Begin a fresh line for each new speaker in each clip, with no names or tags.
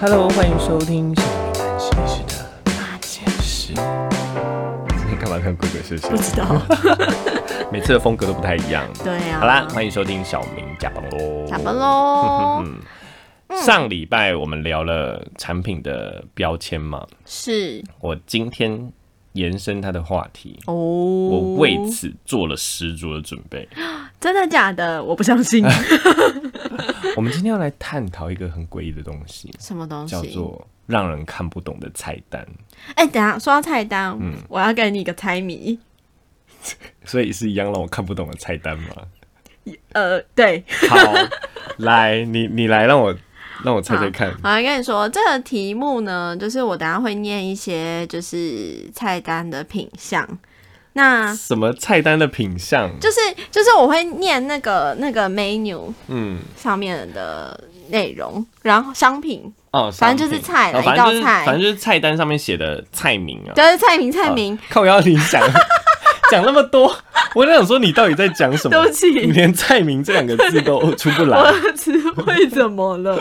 Hello，欢迎收听《少女谈心事》的那件事。你干嘛看鬼鬼祟
不
祟？
知道。
每次的风格都不太一样。
对啊。
好啦，欢迎收听小明加班喽。
下 班喽。
上礼拜我们聊了产品的标签嘛，
是
我今天延伸它的话题，
哦。
我为此做了十足的准备。
真的假的？我不相 信。
我们今天要来探讨一个很诡异的东西，
什么东
叫
西？
做让人看不懂的菜单，
哎、等一下说到菜单，
嗯
我要给你一个猜谜。
所以是一样让我看不懂的菜单吗？
呃，对，
好，来，你你来让我让我猜猜看。
好，我要跟你说，这个题目呢，就是我等一下会念一些就是菜单的品相。那
什么菜单的品相？
就是就是我会念那个那个 menu
嗯，
上面的内容，然后商品，
哦，
反正就是
商品
菜啦
哦
一
反正就是
道菜
反正就是菜单上面写的菜名啊。
对，菜名菜名
啊，看我要你讲 讲那么多，我在想说你到底在讲什么？
对不起
你连菜名这两个字都出不 来。
我的词汇怎么了？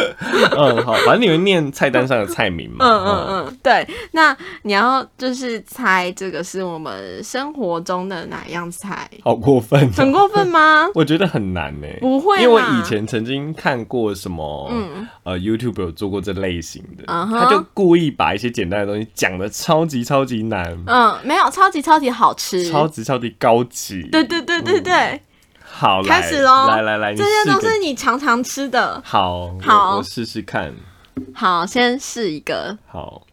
嗯，好，反正你们念菜单上的菜名嘛。哦
嗯嗯嗯，对。那你要就是猜这个是我们生活中的哪样菜？
好过分、
很
哦，？
过分吗
我觉得很难欸呢、
不会啦
因为我以前曾经看过什么，呃，YouTube 有做过这类型的
嗯哼
他就故意把一些简单的东西讲的超级超级难，
嗯，没有，超级超级好吃。
超级超级高级。
对对对对对，
好，来
开始喽
来来来，你
这些
试
都
个
是你常常吃的。
好，
好
我我试试看，
好，先试一个
好。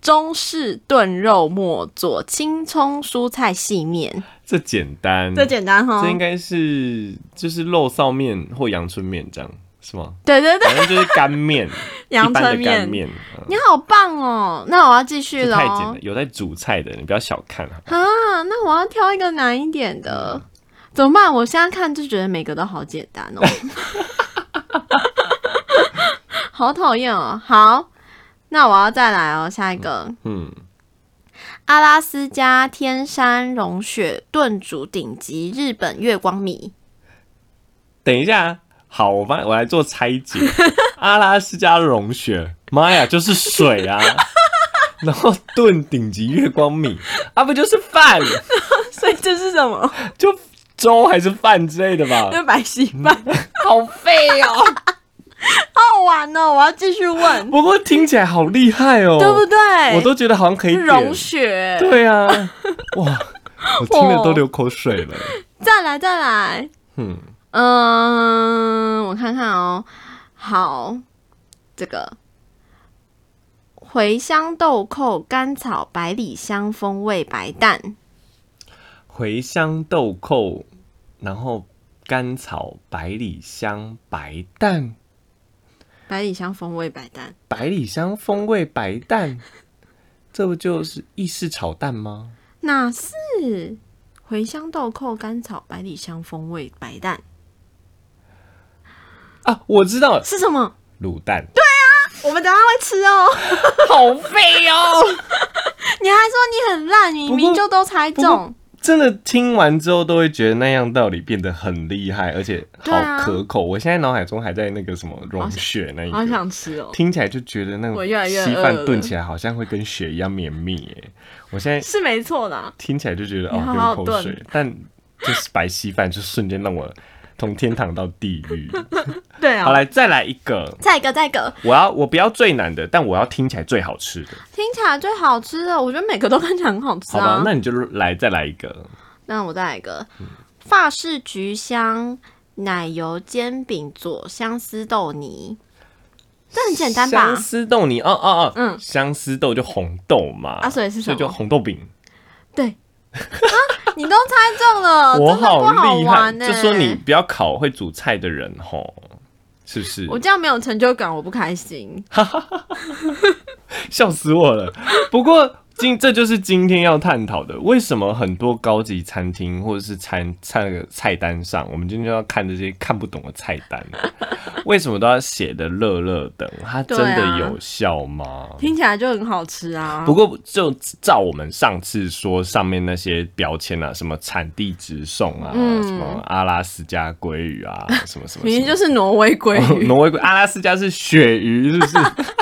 中式炖肉末佐青葱蔬菜细面，
这简单，
这简单哈
这。应该是就是肉臊面或阳春面这样是 吗？
对对对，
反正就是干面，
阳
一般的
春面
干面，嗯
你好棒哦！那我要继续
这
喽。
太简单，有在煮菜的，你不要小看哈。
啊，那我要挑一个难一点的，怎么办？我现在看就觉得每个都好简单哦， 好讨厌哦。好，那我要再来哦，下一个
嗯，
阿拉斯加天山融雪炖煮顶级日本月光米，
等一下，好，我帮我来做拆 解。阿拉斯加融雪，妈呀，就是水 啊！然后炖顶级月光米，啊不就是饭，
所以这是什么？
就粥还是饭之类的吧？
就白稀饭，
嗯好废哦！
好玩哦！我要继续问，
不过听起来好厉害哦，
对不对？
我都觉得好像可以点
融雪，
对 啊，哇，我听了都流口水了。
再来再来，
嗯，
嗯，我看看哦，好，这个茴香豆蔻甘草百里香风味白蛋，
茴香豆蔻，然后甘草、百里香、白蛋，
百里香风味白蛋，
百里香风味白 蛋，这不就是意式炒蛋吗？
哪是茴香豆蔻甘草百里香风味白蛋
啊，我知道了，
是什么？
卤蛋，
我们等一下会吃哦。
好废哦！
你还说你很烂，你
不
明
过
明就都猜
不过
中。
真的听完之后都会觉得那样道理变得很厉害，而且
对啊
好可口。我现在脑海中还在那个什么融雪那一
好
个。
想吃哦，
听起来就觉得那
我越来
个
越
稀
饿
饭
了
炖起来好像会跟血一样绵密耶。我现在
是没错啦。
听起来就觉得哦
你好好
流口水
炖，
但就是白稀饭就瞬间让我从天堂到地 狱。
对
好
啊，
来，再来一个，
再一个，再一个，
我要我不要最难的，但我要听起来最好吃的，
听起来最好吃的，我觉得每个都看起来很好吃
好
啊
吧？。那你就来再来一个，
那我再来一个
嗯
法式菊香奶油煎饼佐相思豆泥，这很简单吧
相？思豆泥，哦哦哦，
嗯
相思豆就红豆嘛，
啊所以是什么
就红豆饼。
对，啊，你都猜中 了，
我
哦真的不好
厉害，
玩欸呢、
就说你不要考会煮菜的人吼，是不是？
我这样没有成就感，我不开心。
笑死我了。不过今这就是今天要探讨的，为什么很多高级餐厅或者是餐菜个菜单上，我们今天就要看这些看不懂的菜单，为什么都要写的热热的？它真
对啊
的有效吗？
听起来就很好吃啊。
不过，就照我们上次说，上面那些标签啊，什么产地直送啊，什么阿拉斯加鲑鱼啊，什么什么什么，
嗯明明就是挪威鲑
哦
鱼，
挪威鲑，阿拉斯加是鳕鱼，是不是？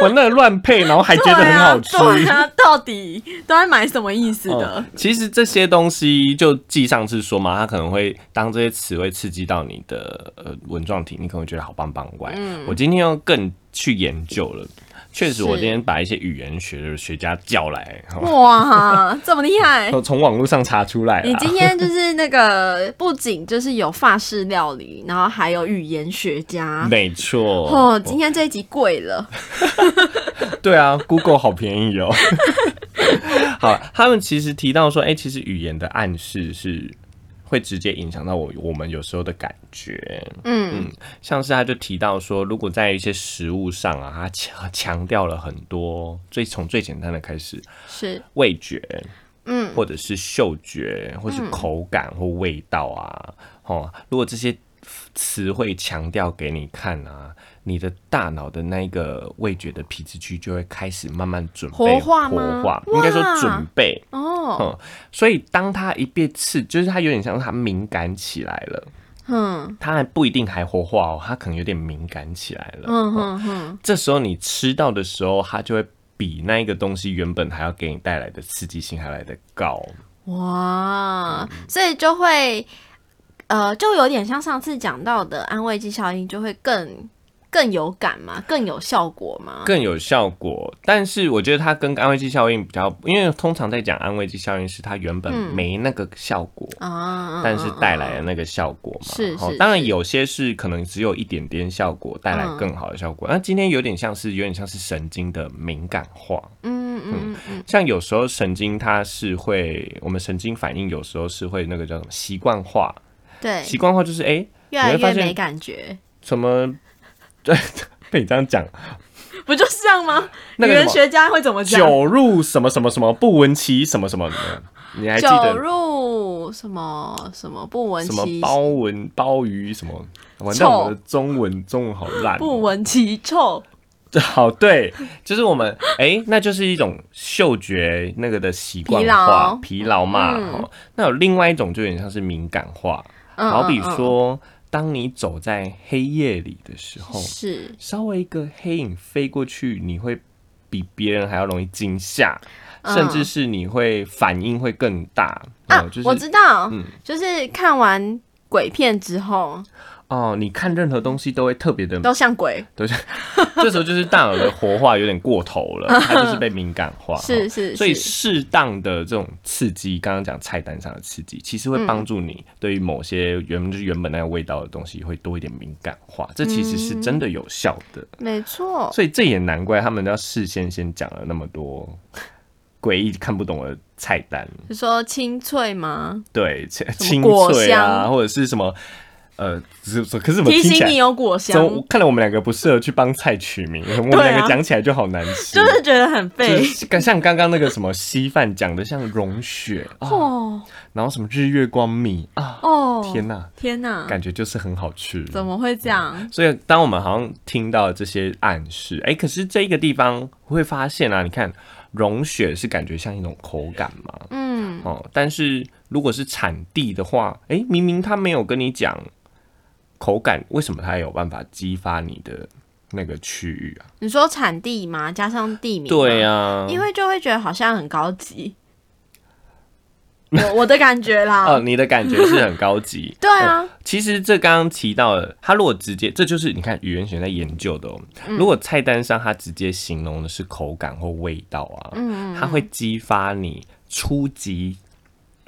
我那个乱配，然后还觉得很好吃。
对啊，对啊到底都在买什么意思的？
嗯其实这些东西就记上次说嘛，它可能会当这些词汇刺激到你的呃文状体，你可能会觉得好棒棒外，我今天要更去研究了。确实，
嗯是
我今天把一些语言学的学家叫来，哈
哇，这么厉害！
我从网络上查出来
你
啦。
今天就是那个，不仅就是有法式料理，然后还有语言学家。
没错，
哦，今天这一集贵 了，
对啊，Google 好便宜哦。 好，他们其实提到说，哎、其实语言的暗示是会直接影响到我我们有时候的感觉。
嗯
像是他就提到说，如果在一些食物上啊，他强强调了很多，最从最简单的开始，
是，
味觉，
嗯，
或者是嗅觉，或是口感或味道啊，哦，如果这些词汇强调给你看啊，你的大脑的那个味觉的皮质区就会开始慢慢准备
活化吗
活化
哇
应该说准备。
哦，
嗯，所以当它一被刺，就是它有点像是它敏感起来了，
嗯
它还不一定还活化哦，它可能有点敏感起来了。
嗯哼哼，
这时候你吃到的时候，它就会比那一个东西原本还要给你带来的刺激性还来得高。
哇，所以就会，呃，就有点像上次讲到的安慰剂效应，就会更更有感嘛，更有效果嘛。
更有效果。但是我觉得它跟安慰剂效应比较，因为通常在讲安慰剂效应是它原本
嗯
没那个效果。
啊，
但是带来的那个效果嘛，
是
齁
是
当然有些是可能只有一点点效果，带来更好的效
嗯
果。那、今天有点像是有点像是神经的敏感化，
嗯嗯嗯
像有时候神经它是会，我们神经反应有时候是会那个叫什么习惯化，
嗯，对，
习惯化就是哎、诶
越来
你会发
越
现
没感觉，
什么， 对，被你这样讲，
不就是这样吗？
那个
语
什
言
么
学家会怎么讲？
酒入什么什么什么不闻其什么什么，你还记
酒
得
入什么什么不闻
什么
其
包文包鱼什么？完蛋，
臭
我的中文中文好烂哦、
不闻其臭，
好对，就是我们哎、那就是一种嗅觉那个的习惯
疲
化
劳
疲劳嘛、哦。那有另外一种就有点像是敏感化，
嗯
好比
嗯嗯
说，当你走在黑夜里的时候，
嗯是
稍微一个黑影飞过去，你会比别人还要容易惊吓，甚至是你会反应会更大。
嗯啊
哦，就
我
是
知道，就是看完鬼片之后
哦，你看任何东西都会特别的，
都像鬼，
都是 这时候就是大脑的活化有点过头 了，它就是被敏感化。
是
哦
是
所以
是
适当的这种刺激，刚刚讲菜单上的刺激，其实会帮助你对于某些原就是原本那个味道的东西会多一点敏感化，这其实
嗯
是真的有效的。
没错，
所以这也难怪他们要事先先讲了那么多诡异看不懂的菜单，
你说清脆吗？
对切清
果
脆啊，
香
或者是什么呃，只可是怎么
提
听起
醒
来
你，有果香
怎，么看来我们两个不适合去帮菜取名，
啊
我们两个讲起来就好难吃。
就是觉得很
就
废
是像像刚刚那个什么稀饭讲的像融雪啊，
哦
然后什么日月光米啊，
哦，
天哪，
天哪，
感觉就是很好吃。
怎么会这样？
所以，当我们好像听到这些暗示，哎、可是这个地方会发现啊，你看融雪是感觉像一种口感嘛，
嗯，
哦，但是如果是产地的话，哎、明明他没有跟你讲口感，为什么他有办法激发你的那个区域啊？
你说产地吗？加上地名吗，
对啊，
因为就会觉得好像很高级。我我的感觉 啦，。
哦，你的感觉是很高级
对啊，
其实这刚刚提到的，他如果直接，这就是你看语言学在研究的哦。如果菜单上它直接形容的是口感或味道啊，它会激发你初级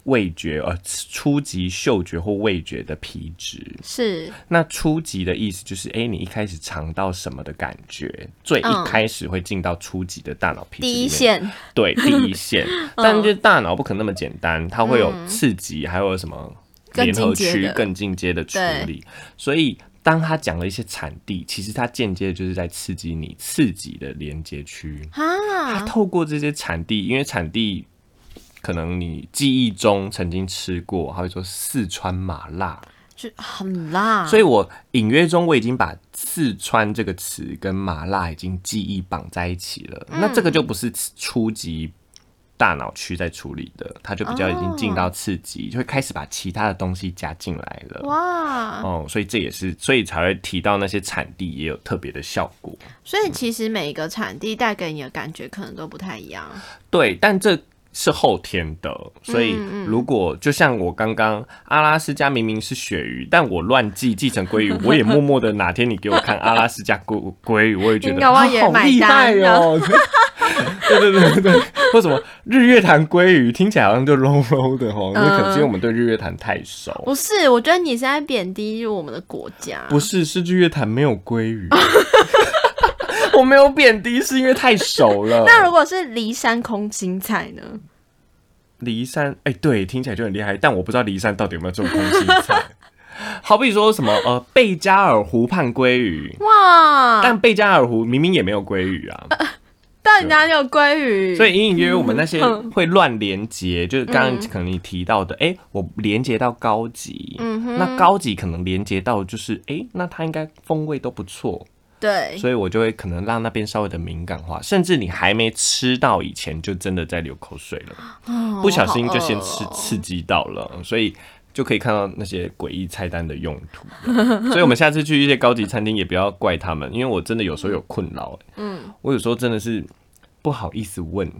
味觉呃初级嗅觉或味觉的皮质。
是
那初级的意思就是，哎、你一开始尝到什么的感觉，最一
嗯
开始会进到初级的大脑皮质
第
里
一
面
线，
对第一 线，
嗯
但就是大脑不可能那么简单，它会有刺激，还有什么
更
联合
进阶
区
的
更进阶的处理，所以当他讲了一些产地，其实他间接的就是在刺激你刺激的连接区。他
啊，
透过这些产地，因为产地可能你记忆中曾经吃过，他会说四川麻辣，
就很辣，
所以我隐约中我已经把四川这个词跟麻辣已经记忆绑在一起了。那这个就不是初级大脑区在处理的，它就比较已经进到刺激，就会开始把其他的东西加进来了。
哇，
哦、所以这也是，所以才会提到那些产地也有特别的效果。
所以其实每一个产地带给你的感觉可能都不太一样。
对，但这是后天的，所以
嗯
如果就像我刚刚阿拉斯加明明是鳕鱼，但我乱记记成鲑鱼，我也默默的哪天你给我看阿拉斯加鲑鲑鱼，我也觉
应
得
该
啊
我也
好
买
厉害
单的
哦。 对对对对对，或什么日月潭鲑鱼，听起来好像就 low low 的哦，那可能是因为我们对日月潭太熟。
不是，我觉得你是在贬低我们的国家。
不是，是日月潭没有鲑 鱼。我没有贬低，是因为太熟了。
那如果是骊山空心菜呢？
骊山，哎、对，听起来就很厉害，但我不知道骊山到底有没有这种空心菜。 好比说什么呃，贝加尔湖畔鲑鱼，
嗯哇，
但贝加尔湖明明也没有鲑鱼啊，
嗯但人家有鲑鱼，
所以隐隐约约我们那些
嗯
会乱连接，就是刚刚可能你提到的，哎、我连接到高级，
嗯哼
那高级可能连接到就是，哎、那它应该风味都不错，
对，
所以我就会可能让那边稍微的敏感化，甚至你还没吃到以前，就真的在流口水了。
哦
不小心就先
我
刺
好饿哦
刺激到了，所以就可以看到那些诡异菜单的用途。 所以我们下次去一些高级餐厅也不要怪他们，因为我真的有时候有困扰、嗯，我有时候真的是不好意思问，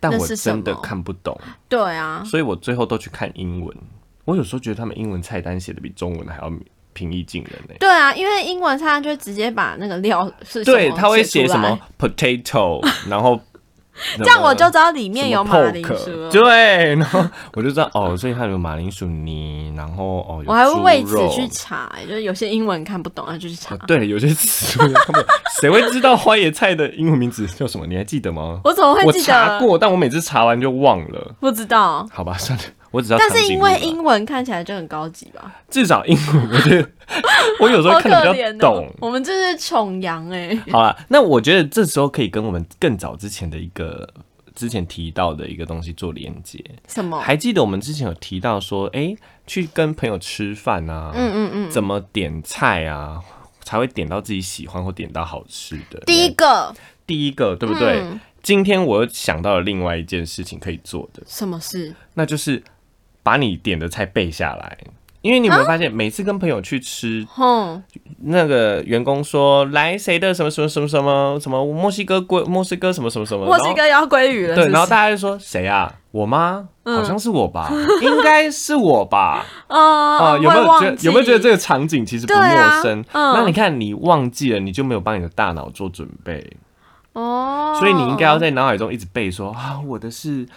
但
那
我
是什
真的
么
看不懂，
对啊，
所以我最后都去看英文。我有时候觉得他们英文菜单写的比中文还要平易近人哎呢、
对啊，因为英文它就直接把那个料是什么
对，他会
写
写
出
什
来
么，potato，然 后
这样我就
什么
知道里面有马铃
什
薯
么 poke，
了。
对，然后我就知道哦，所以它有马铃薯泥，然后哦，有
我还会为
猪
此
肉啊
去查、就是有些英文看不懂，然后就去查。
对，有些词他们谁会知道花椰菜的英文名字叫什么？你还记得吗？
我怎么会
我
记
查
得？
过，但我每次查完就忘了。
不知道，
好吧，算了，我只要
但是因为
英，
英文看起来就很高级吧，
至少英文，我觉得 我有时候
好
看
可
的比
怜
较
哦
懂。。
我们这是崇洋哎、
好了，那我觉得这时候可以跟我们更早之前的一个之前提到的一个东西做连接。
什么？
还记得我们之前有提到说，哎、去跟朋友吃饭啊，
嗯嗯嗯，
怎么点菜啊，才会点到自己喜欢或点到好吃的。
第一个
第一个，对不对？
嗯
今天我又想到了另外一件事情可以做的，
什么事？
那就是把你点的菜背下来。因为你有没
啊
有发现，每次跟朋友去吃，
哼，
那个员工说来谁的什么什么什么什么什么墨西哥龟墨西哥什么什么什么，
墨
然
西
后
哥要鲑鱼了是不
对，
是，嗯
然后大家就说谁啊？我吗？好像是我吧，应该是我 吧。
啊
啊，有没有觉得有没有觉得这
个？
个场景其实不
对啊
陌生？
嗯
那你看你忘记了，你就没有帮你的大脑做准备，
哦，
所以你应该要在脑海中一直背说啊，我的是。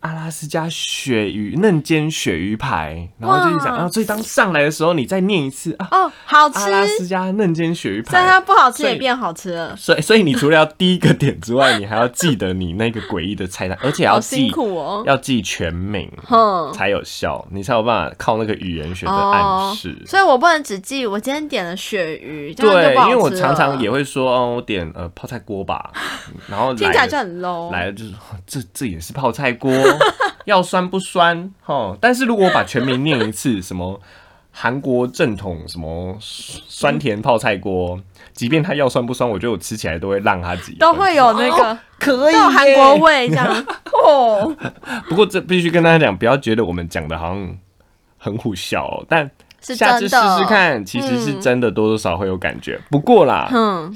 阿拉斯加鳕鱼嫩煎鳕鱼排，然后就一直讲，
哇
然后所以当上来的时候，你再念一次啊，
哦，好吃
阿，拉斯加嫩煎鳕鱼
但它
排。
不好吃
所以
也变好吃了，
所以，所以你除了要第一个点之外，你还要记得你那个诡异的菜单，而且要
好辛
记
苦哦。
要记全名
哼，
才有效，你才有办法靠那个语言学的暗示。
所以我不能只记我今天点了鳕鱼，哦这样就
对，
不好
因为我
吃了
常常也会说，哦，我点呃泡菜锅 吧，然后
听
来
起来就
了
很 low。
来了就是哦这这也是泡菜锅，要酸不酸？哦，但是如果我把全名念一次，什么韩国正统什么酸甜泡菜锅，即便它要酸不酸，我觉得我吃起来都会让它几分
都会有那个、
可
都
以
有韩国
耶。
味这样 哦，
不过这必须跟大家讲，不要觉得我们讲的好像很虎笑、哦，但
是
下次
真
试
的。
试看，其实是真的多多少少会有感觉。不过啦，
嗯，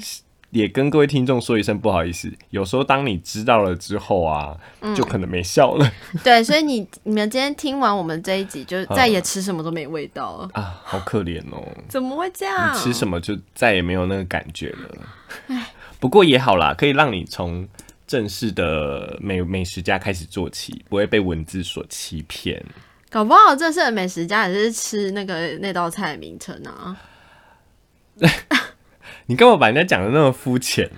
也跟各位听众说一声不好意思，有时候当你知道了之后啊，
嗯
就可能没笑了、
对，所以你你们今天听完我们这一集，就再也吃什么都没味道了，
啊，好可怜哦，
怎么会这样？
吃什么就再也没有那个感觉了。不过也好啦，可以让你从正式的美美食家开始做起，不会被文字所欺骗。
搞不好这次的美食家也是吃那个那道菜的名称啊。
你干嘛把人家讲的那么肤 浅？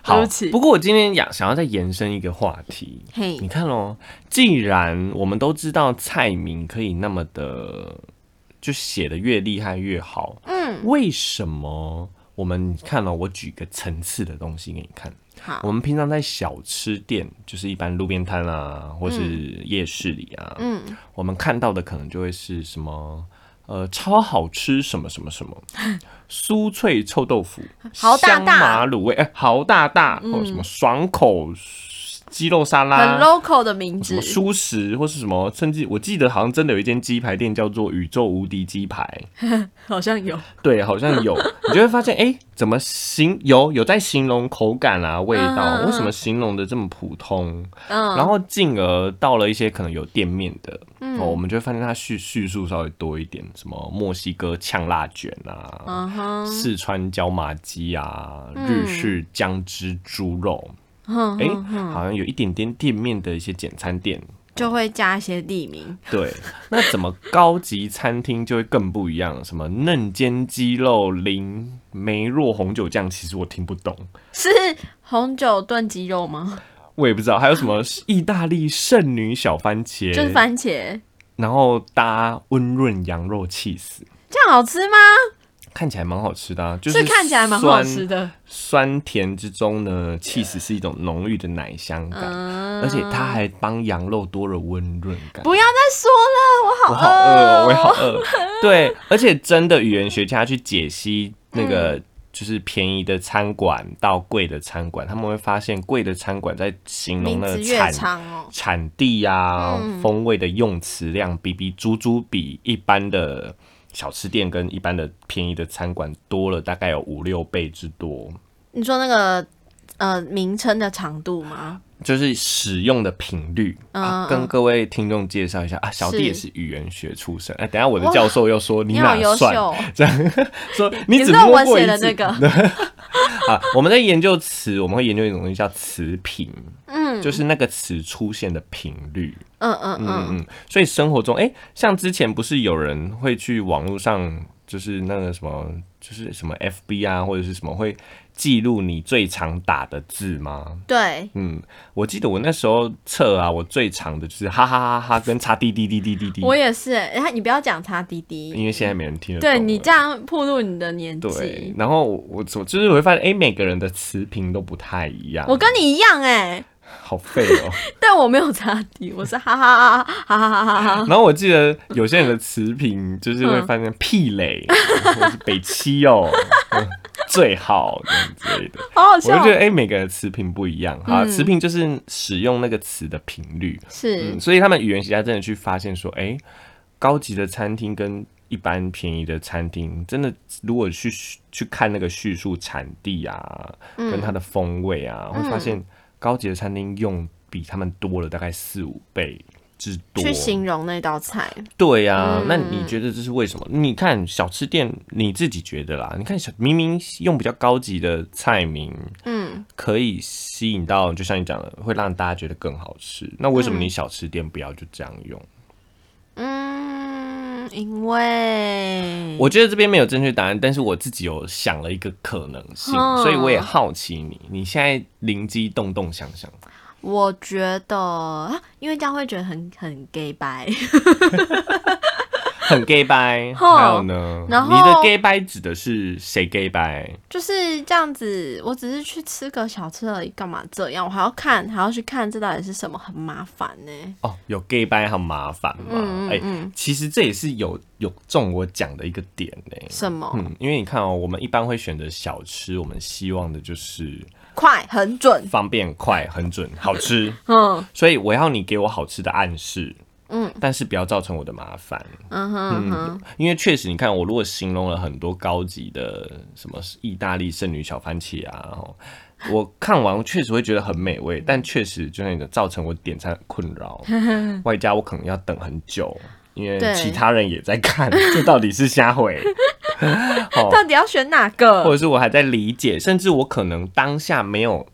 好
对不起，
不过我今天想想要再延伸一个话题，
嘿
你，看哦，既然我们都知道菜名可以那么的就写的越厉害越好。
嗯，
为什么？我们看了、我举个层次的东西给你看。
好，
我们平常在小吃店，就是一般路边摊啊，或是夜市里啊，
嗯，
我们看到的可能就会是什么，呃，超好吃什么什么什 么，酥脆臭豆腐，
好大大嗯
香麻卤味，哎、好大大，或、什么爽口鸡肉沙
很
拉。
local 的名
什
字
么，蔬食或是什么，甚至我记得好像真的有一间鸡排店叫做“宇宙无敌鸡排”，
好像有，
对，好像 有，你就会发现，哎、怎么形有有在形容口感啊、味道，
嗯嗯嗯
为什么形容的这么普通？
嗯
然后进而到了一些可能有店面的，
嗯
哦，我们就会发现它叙叙述稍微多一点，什么墨西哥呛辣卷啊，
嗯哼，
四川椒麻鸡啊，日式姜汁猪肉，
哼
哎、
嗯
好像有一点点店面的一些简餐店，
就会加一些地名，
对，那怎么高级餐厅就会更不一样了？什么嫩煎鸡肉淋梅若红酒酱，其实我听不懂，
是红酒炖鸡肉吗？
我也不知道。还有什么意大利剩女小番茄，
就是番茄，
然后搭温润羊肉 cheese，
这样好吃吗？
看起来蛮好吃的、啊，就是是
看起来蛮好吃
的。
的，
酸甜之中呢，cheese 是一种浓郁的奶香感，
嗯，
而且它还帮羊肉多了温润感。
不要再说了，我
我
好
好
饿
饿哦，
哦，
我也好饿。对，而且真的语言学家去解析那
嗯
个就是便宜的餐馆到贵的餐馆，他们会发现贵的餐馆在形容
名
那
字
个
越
产
长哦，
产地呀、
嗯
风味的用词量，比比足足比一般的小吃店跟一般的便宜的餐馆多了大概有五六倍之多。
你说那个呃名称的长度吗？
就是使用的频率、啊，
嗯
跟各位听众介绍一下啊，小弟
是
也是语言学出身。哎、等一下我的教授又说你
你好
哪
优
算，
秀，哦
这样说你
你
只
知道
摸
我
过一
写的
次
那个，
啊。我们在研究词，我们会研究一种东西叫词频，
嗯
就是那个词出现的频率。
嗯嗯嗯，
嗯嗯，所以生活中，哎、像之前不是有人会去网络上，就是那个什么，就是什么 FB 啊，或者是什么会记录你最常打的字吗？
对，
嗯，我记得我那时候测啊，我最长的就是哈哈哈哈跟叉滴滴滴滴滴滴，
我也是，然后你不要讲擦滴滴，
因为现在没人听得懂了。
对你这样暴露你的年
对
纪，，
然后我我就是我会发现，哎、每个人的词频都不太一样，
我跟你一样哎，
好废哦。
但我没有擦滴，我是哈哈哈哈哈哈哈哈。
然后我记得有些人的词频就是会发现屁嘞，或是北七哦，嗯最好这样之类的。
好好
我就
笑
觉
哦，
得，哎、每个人词频不一样哈，词频就是使用那个词的频率，
是
嗯，所以他们语言学家真的去发现说，哎、高级的餐厅跟一般便宜的餐厅，真的如果去去看那个叙述产地啊，
嗯
跟它的风味啊，会发现高级的餐厅用比他们多了大概四五倍之多，
去嗯形容那道菜，
对呀、那你觉得这是为什么？你看小吃店，你自己觉得啦？你看小明明用比较高级的菜名，
嗯，
可以吸引到，就像你讲的，会让大家觉得更好吃。那为什么你小吃店不要就这样用？
嗯，因为
我觉得这边没有正确答案，但是我自己有想了一个可能性，
哦
所以我也好奇你，你现在灵机动动想想，
我觉得，啊因为这样会觉得很很 gay 白，
很 gay 掰，
哦
还有呢，
然后
你的 gay 掰指的是谁 gay 掰？
就是这样子。我只是去吃个小吃而已，干嘛这样？我还要看，还要去看这到底是什么，很麻烦呢、
哦，有 gay 掰很麻烦嘛？哎、
嗯嗯嗯
其实这也是有有中我讲的一个点呢、
什么、
嗯，因为你看哦，我们一般会选择小吃，我们希望的就是
快很准？
方便、快、很准、好吃。
嗯
所以我要你给我好吃的暗示，
嗯，
但是不要造成我的麻烦。
嗯哼嗯哼，
因为确实，你看我如果形容了很多高级的什么意大利剩女小番茄啊，哦我看完我确实会觉得很美味，但确实就像你的造成我点餐的困 扰，外加我可能要等很久，因为
对
其他人也在看， 这到底是瞎回，哦
到底要选哪
或
个？
者是我还在理解，甚至我可能当下没有。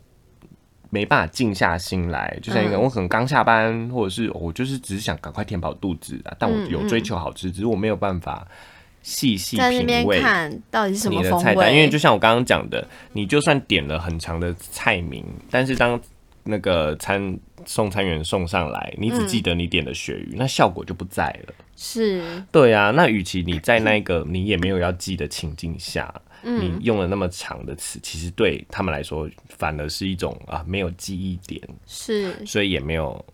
没办法静下心来，就像
嗯
一个、我可能刚下班，或者是哦我就是只是想赶快填饱肚子啊，但我
嗯
有追求好吃，只是我没有办法细细
在那
品
边
味
看到底是什
你
么
的
风
菜单，
味？
因为就像我刚刚讲的，你就算点了很长的菜名，但是当那个餐送餐员送上来，你只记得你点的鳕鱼，那效果就不在了。
是，
对啊，那与其你在那个你也没有要记的情境下，你用了那么长的词，其实对他们来说反而是一种啊没有记忆点，
嗯是，
所以也没有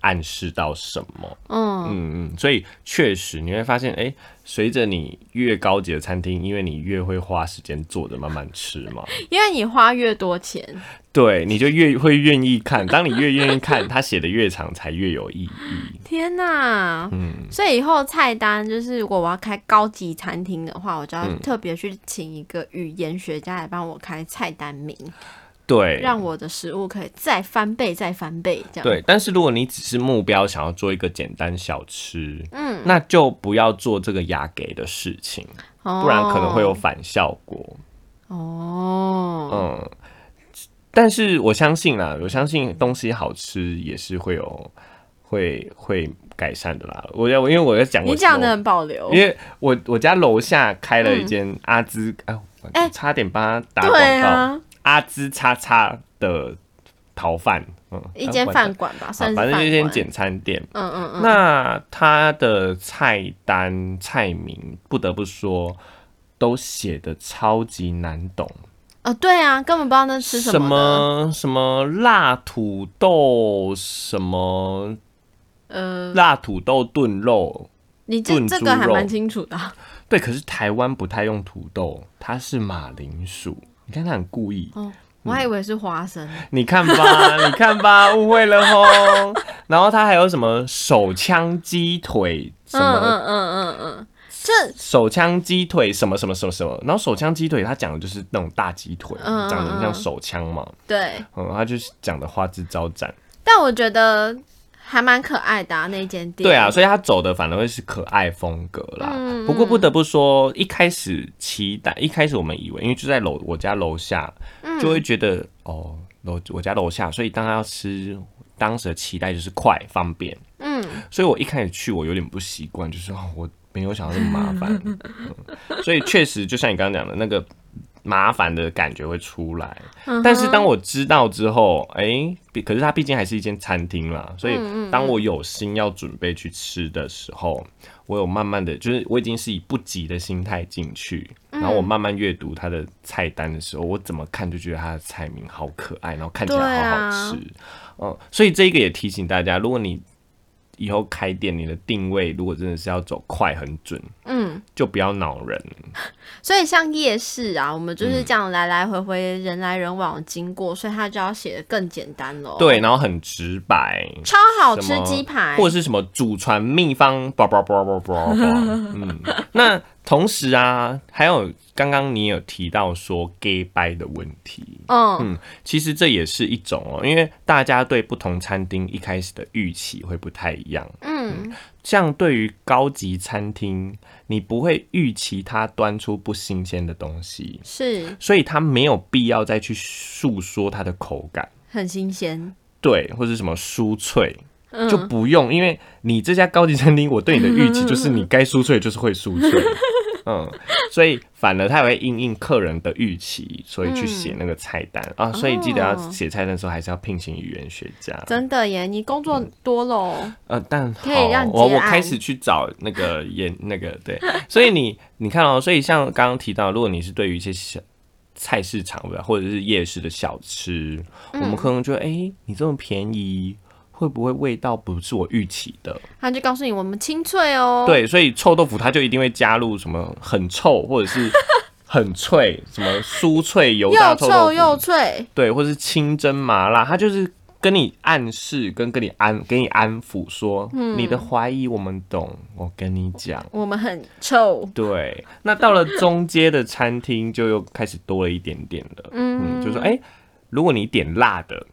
暗示到什么。
嗯，
嗯嗯，所以确实你会发现，哎、随着你越高级的餐厅，因为你越会花时间坐着慢慢吃嘛，
因为你花越多钱，
对，你就越会愿意看。当你越愿意看，他写的越长，才越有意义。
天哪！
嗯，
所以以后菜单就是，如果我要开高级餐厅的话，我就
嗯
要特别去请一个语言学家来帮我开菜单名，
对，
让我的食物可以再翻倍、再翻倍这样。，
对，但是如果你只是目标想要做一个简单小吃，嗯，那就不要做这个压给的事情，
哦、
不然可能会有反效果。
哦，
嗯，但是我相信啦，我相信东西好吃也是会有会会改善的啦。我要我因为我在讲我
你讲的
楼，
很保留
因，为我我家楼下开了一间阿兹，哎、
哎
差点帮他打广
对
告，
啊，
阿兹叉叉的逃饭，嗯，
一间
馆。
饭馆吧，
啊
算，是
反正就
饭
一间
馆
简餐店。
嗯嗯嗯，
那它的菜单菜名，不得不说，都写的超级难懂，
哦，对啊，根本不知道那是吃
什
么的。
么什么辣土豆，什么
呃，
辣土豆炖肉。
你这
炖
这
猪
个还
肉
蛮清楚的啊、
对，可是台湾不太用土豆，它是马铃薯。你看他很故意，
哦，我还以为是花生。
你看 吧，你看吧，误会了吼。然后它还有什么手枪鸡腿，什
嗯
么
嗯嗯嗯嗯，这
手枪鸡腿什么什么什么什么，然后手枪鸡腿它讲的就是那种大鸡腿，
嗯嗯
长得
嗯
像手枪嘛，
对，
嗯，它就是讲的花枝招展，
但我觉得还蛮可爱的、啊、那间店。
对啊，，所以它走的反而会是可爱风格啦。
嗯
不过不得不说，一开始期待，一开始我们以为，因为就在楼我家楼下，
嗯
就会觉得、哦，楼我家楼下，所以当他要吃，当时的期待就是快方便，
嗯，
所以我一开始去我有点不习惯，就是、哦、我没有想到那么麻烦、嗯所以确实就像你刚刚讲的那个麻烦的感觉会出来。
嗯
但是当我知道之后，哎、毕可是它毕竟还是一间餐厅啦，所以
嗯
当我有心要准备去吃的时候，我有慢慢的就是我已经是以不急的心态进去，然后我
嗯
慢慢阅读它的菜单的时候，我怎么看就觉得它的菜名好可爱，然后看起
对
来好
啊
好吃。嗯，所以这个也提醒大家，如果你以后开店，你的定位如果真的是要走快很准，
嗯，
就不要恼人。
所以像夜市啊，我们就是
嗯
这样来来回回、人来人往经过，所以它就要写的更简单喽。，
对，然后很直白，
超好吃
什么
鸡排，
或者是什么祖传秘方，叭叭叭叭叭叭。嗯，那同时啊，还有刚刚你有提到说 gay 掰的问题，
嗯，
其实这也是一种哦，因为大家对不同餐厅一开始的预期会不太一样。
嗯
像对于高级餐厅，你不会预期它端出不新鲜的东西，
是
所以它没有必要再去诉说它的口感，
很新鲜。
对，或者什么酥脆。
嗯
就不用，因为你这家高级餐厅，我对你的预期就是 你该酥脆就是会酥脆，嗯，所以反而他也会应应客人的预期，所以去写那个菜单、啊，所以记得要
嗯哦
写菜单的时候还是要聘请语言学家，
真的耶，你工作多哦喽。
呃，但
可以让
好
你
我
接
我
案
开始去找那个演那个对，所以你你看哦，所以像刚刚提到，如果你是对于一些小菜市场或者是夜市的小吃，我
嗯
们可能觉得哎、诶你这么便宜，会不会味道不是我预期的？
他就告诉你我们清脆哦。，
对，所以臭豆腐它就一定会加入什么很臭或者是很脆，什么酥脆油炸
又
臭豆
臭
腐，
又脆。
对，或是清蒸麻辣，它就是跟你暗示，跟跟你安给你安抚说，
嗯
你的怀疑我们懂，我跟你讲。
我们很臭，
对，那到了中阶的餐厅，就又开始多了一点点了。嗯，就说哎、如果你点辣的，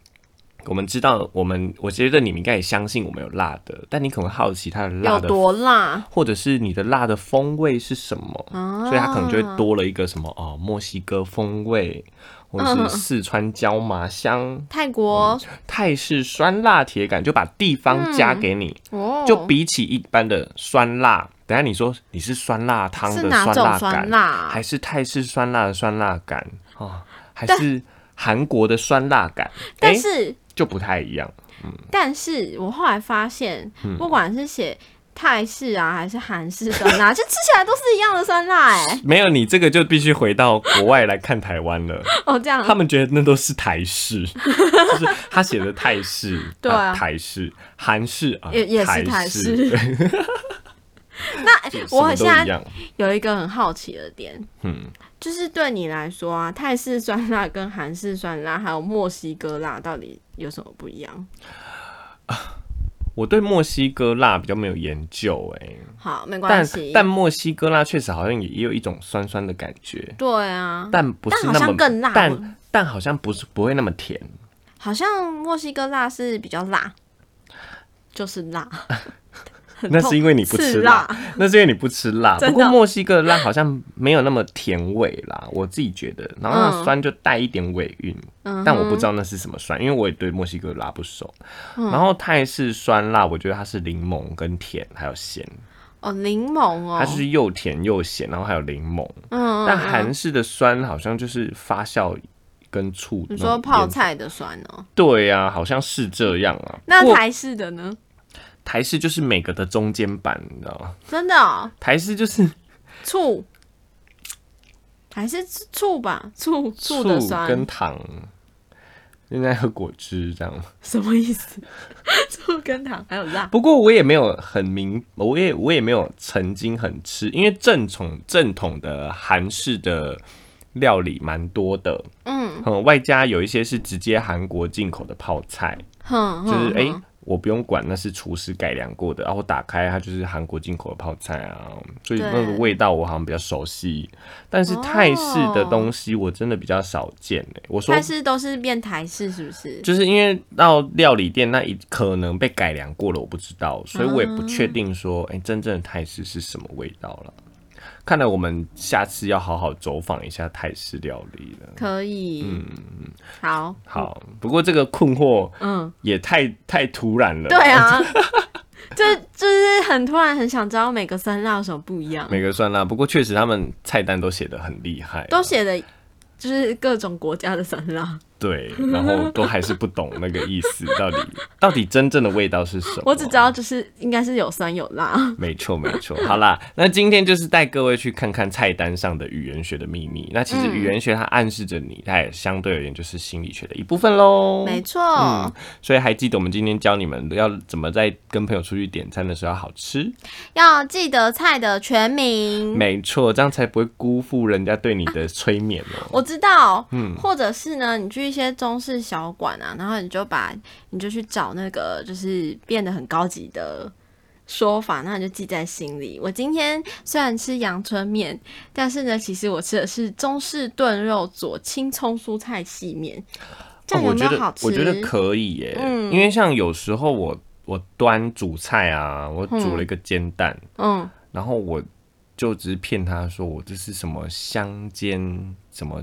我们知道，我们我觉得你们应该也相信我们有辣的，但你可能会好奇它的辣
有
的
多辣？
或者是你的辣的风味是什么，
啊
所以它可能就会多了一个什么哦，墨西哥风味，或
嗯
者是四川椒麻香、
泰国、
泰式酸辣铁杆，就把地方加给你，
哦，
嗯就比起一般的酸辣，等一下你说你是酸辣汤
是
的
哪
酸
种
辣
酸
感，
辣？
还哎是泰式酸辣的酸辣感啊、哦，还是韩国的酸辣感，
但
诶
是
就不太一样。嗯
但是我后来发现，不管是写泰式啊，还是韩式 酸辣，就吃起来都是一样的酸辣 哎、
没有你这个就必须回到国外来看台湾 了。
哦，这样
他们觉得那都是台式， 就是他写的泰式，
对啊
台式、韩式啊，
也也是台
台
式
对
那
什么都
我现
一
在
样，
有一个很好奇的点，
嗯，
就是对你来说啊，泰式酸辣跟韩式酸辣还有墨西哥辣到底有什么不一样？
我对墨西哥辣比较没有研究哎、
好，没关
但
系。
但墨西哥辣确实好像也也有一种酸酸的感觉，
对啊，
但不是
但
那
好像
么
更辣
但但好像不是不会那么甜。
好像墨西哥辣是比较辣，就是辣，
那是因为你不
刺
吃
辣
辣，那是因为你不吃辣。
真的
不过墨西哥的辣好像没有那么甜味啦，我自己觉得。然后那
嗯
个酸就带一点尾韵，
嗯
但我不知道那是什么酸，因为我也对墨西哥辣不熟。
嗯
然后泰式酸辣，我觉得它是柠檬跟甜还有咸，
哦，柠檬哦
它，就是又甜又咸，然后还有柠檬。
嗯，
但
嗯
韩式的酸好像就是发酵跟醋那种腌。
你说泡菜的酸哦，
对呀、好像是这样啊。不
那
过
台式的呢？
台式就是每个的中间版，你知道吗？
真的哦，
台式就是
醋，还是醋吧，醋醋的酸
跟糖，应该喝果汁这样。
什么意思？ 醋跟糖还有辣，
不过我也没有很明，我也我也没有曾经很吃，因为正统正统的韩式的料理蛮多的，
嗯，
嗯，外加有一些是直接韩国进口的泡菜，
哼，
就是
哼
哎、
哼
我不用管那是厨师改良过的，然后啊我打开它就是韩国进口的泡菜啊，所以
对
那个味道我好像比较熟悉。但是泰式的东西我真的比较少见、欸、我说
哦泰式都是变台式是不是？
就是因为到料理店那一可能被改良过了，我不知道，所以我也
嗯
不确定说，哎、真正的泰式是什么味道了。看来我们下次要好好走访一下泰式料理了。
可以，
嗯
好，
好，不过这个困惑
嗯，
也太太突然了。
对，啊， 这就是很突然很想知道每个酸辣有什么不一样，
每个酸辣，不过确实他们菜单都写的很厉害啊，
都写的就是各种国家的酸辣。
对，然后都还是不懂那个意思， 到底到底真正的味道是什么？
我只知道就是应该是有酸有辣。
没错，没错。好啦，那今天就是带各位去看看菜单上的语言学的秘密。那其
嗯
实语言学它暗示着你，它也相对而言就是心理学的一部分喽。
没错，
嗯，所以还记得我们今天教你们要怎么在跟朋友出去点餐的时候要好吃。
要记得菜的全名。
没错，这样才不会辜负人家对你的催眠哦、
我知道，嗯，或者是呢，你去一些中式小馆啊，然后你就把你就去找那个就是变得很高级的说法，那你就记在心里。我今天虽然吃阳春面，但是呢，其实我吃的是中式炖肉佐青葱蔬菜细面，这样有
哦啊我
没
觉
有
得
好吃？
我觉得可以耶，
嗯
因为像有时候我我端煮菜啊，我煮了一个煎蛋，
嗯，
然后我就只是骗他说我这是什么香煎什么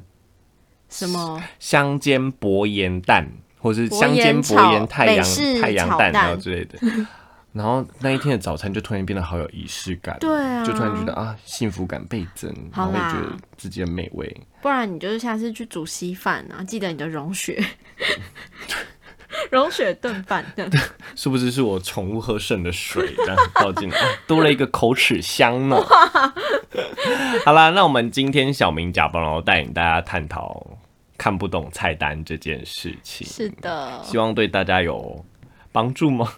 什么
香煎薄盐蛋，或是香煎薄
薄盐炒
盐太阳
美式
太阳蛋
炒蛋
然后之类 的。然后那一天的早餐就突然变得好有仪式感，
对啊
就突然觉得啊幸福感倍增，然
好
后
啦
也觉得自己很美味。
不然你就是下次去煮稀饭啊，记得你的 融 雪，融雪炖饭这样。
是不是是我宠物喝剩的水，然后倒进来，啊多了一个口齿香呢？ 好啦，那我们今天小明假扮然后带领大家探讨看不懂菜单这件事情，
是的，
希望对大家有帮助吗？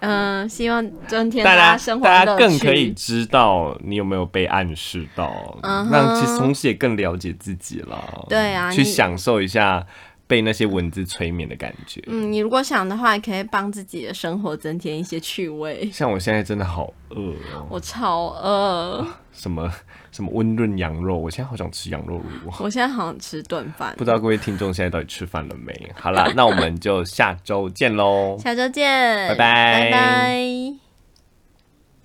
嗯、希望增添
大
家
家
生活
大
的
家更可以知道你有没有被暗示到，
嗯哼
那其实同时也更了解自己了。
对啊
去
你
享受一下被那些文字催眠的感觉。
嗯，你如果想的话，也可以帮自己的生活增添一些趣味。
像我现在真的好饿哦。
我超饿，
什么 什么温润羊肉，我现在好想吃羊肉炉哦。
我现在好想吃顿饭
不。知道各位听众现在到底吃饭了没？好啦，那我们就下周见喽。
下周见，
拜拜
拜拜。